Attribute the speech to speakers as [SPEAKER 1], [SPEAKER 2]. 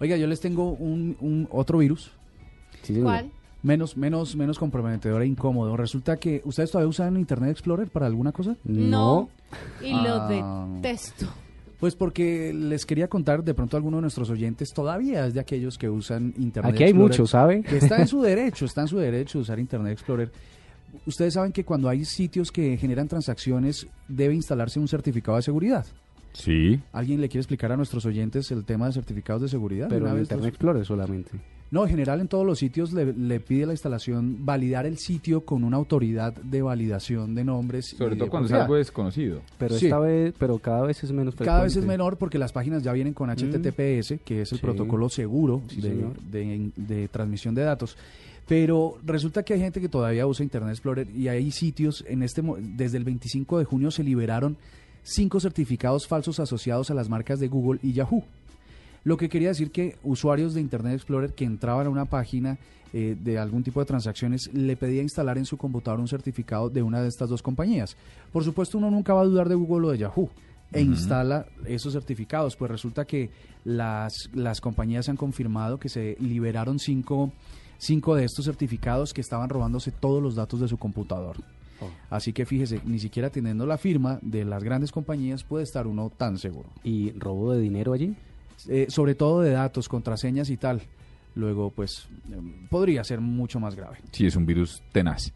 [SPEAKER 1] Oiga, yo les tengo un, un otro virus.
[SPEAKER 2] Sí, señor.
[SPEAKER 3] ¿Cuál?
[SPEAKER 1] Menos, menos, menos comprometedor e incómodo. Resulta que ustedes todavía usan Internet Explorer para alguna cosa.
[SPEAKER 2] No.
[SPEAKER 3] Y lo
[SPEAKER 1] Ah.
[SPEAKER 3] detesto.
[SPEAKER 1] Pues porque les quería contar, de pronto alguno de nuestros oyentes todavía es de aquellos que usan Internet
[SPEAKER 2] Aquí hay
[SPEAKER 1] Explorer,
[SPEAKER 2] muchos, ¿sabe?
[SPEAKER 1] Que está en su derecho, está en su derecho de usar Internet Explorer. Ustedes saben que cuando hay sitios que generan transacciones debe instalarse un certificado de seguridad.
[SPEAKER 4] Sí.
[SPEAKER 1] ¿Alguien le quiere explicar a nuestros oyentes el tema de certificados de seguridad?
[SPEAKER 2] Pero
[SPEAKER 1] Una
[SPEAKER 2] en
[SPEAKER 1] vez
[SPEAKER 2] Internet
[SPEAKER 1] los-
[SPEAKER 2] Explorer solamente.
[SPEAKER 1] No, en general en todos los sitios le, le pide la instalación validar el sitio con una autoridad de validación de nombres.
[SPEAKER 4] Sobre
[SPEAKER 1] y
[SPEAKER 4] todo
[SPEAKER 1] de
[SPEAKER 4] cuando es
[SPEAKER 1] propiedad.
[SPEAKER 4] algo desconocido.
[SPEAKER 2] Pero
[SPEAKER 1] Sí.
[SPEAKER 2] esta vez, pero cada vez es menos frecuente.
[SPEAKER 1] Cada vez es menor porque las páginas ya vienen con HTTPS, que es el
[SPEAKER 2] Mm. Sí.
[SPEAKER 1] protocolo seguro
[SPEAKER 2] Sí,
[SPEAKER 1] de,
[SPEAKER 2] señor.
[SPEAKER 1] de- de transmisión de datos. Pero resulta que hay gente que todavía usa Internet Explorer y hay sitios en este mo- desde el 25 de junio se liberaron cinco certificados falsos asociados a las marcas de Google y Yahoo. Lo que quería decir que usuarios de Internet Explorer que entraban a una página eh, de algún tipo de transacciones le pedía instalar en su computador un certificado de una de estas dos compañías. Por supuesto, uno nunca va a dudar de Google o de Yahoo e instala esos certificados. Pues resulta que las, las compañías han confirmado que se liberaron cinco, cinco de estos certificados que estaban robándose todos los datos de su computador. Así que fíjese, ni siquiera teniendo la firma de las grandes compañías puede estar uno tan seguro
[SPEAKER 2] ¿Y robo de dinero allí?
[SPEAKER 1] eh, sobre todo de datos, contraseñas y tal. Luego, pues, em, podría ser mucho más grave.
[SPEAKER 4] Sí, es un virus tenaz.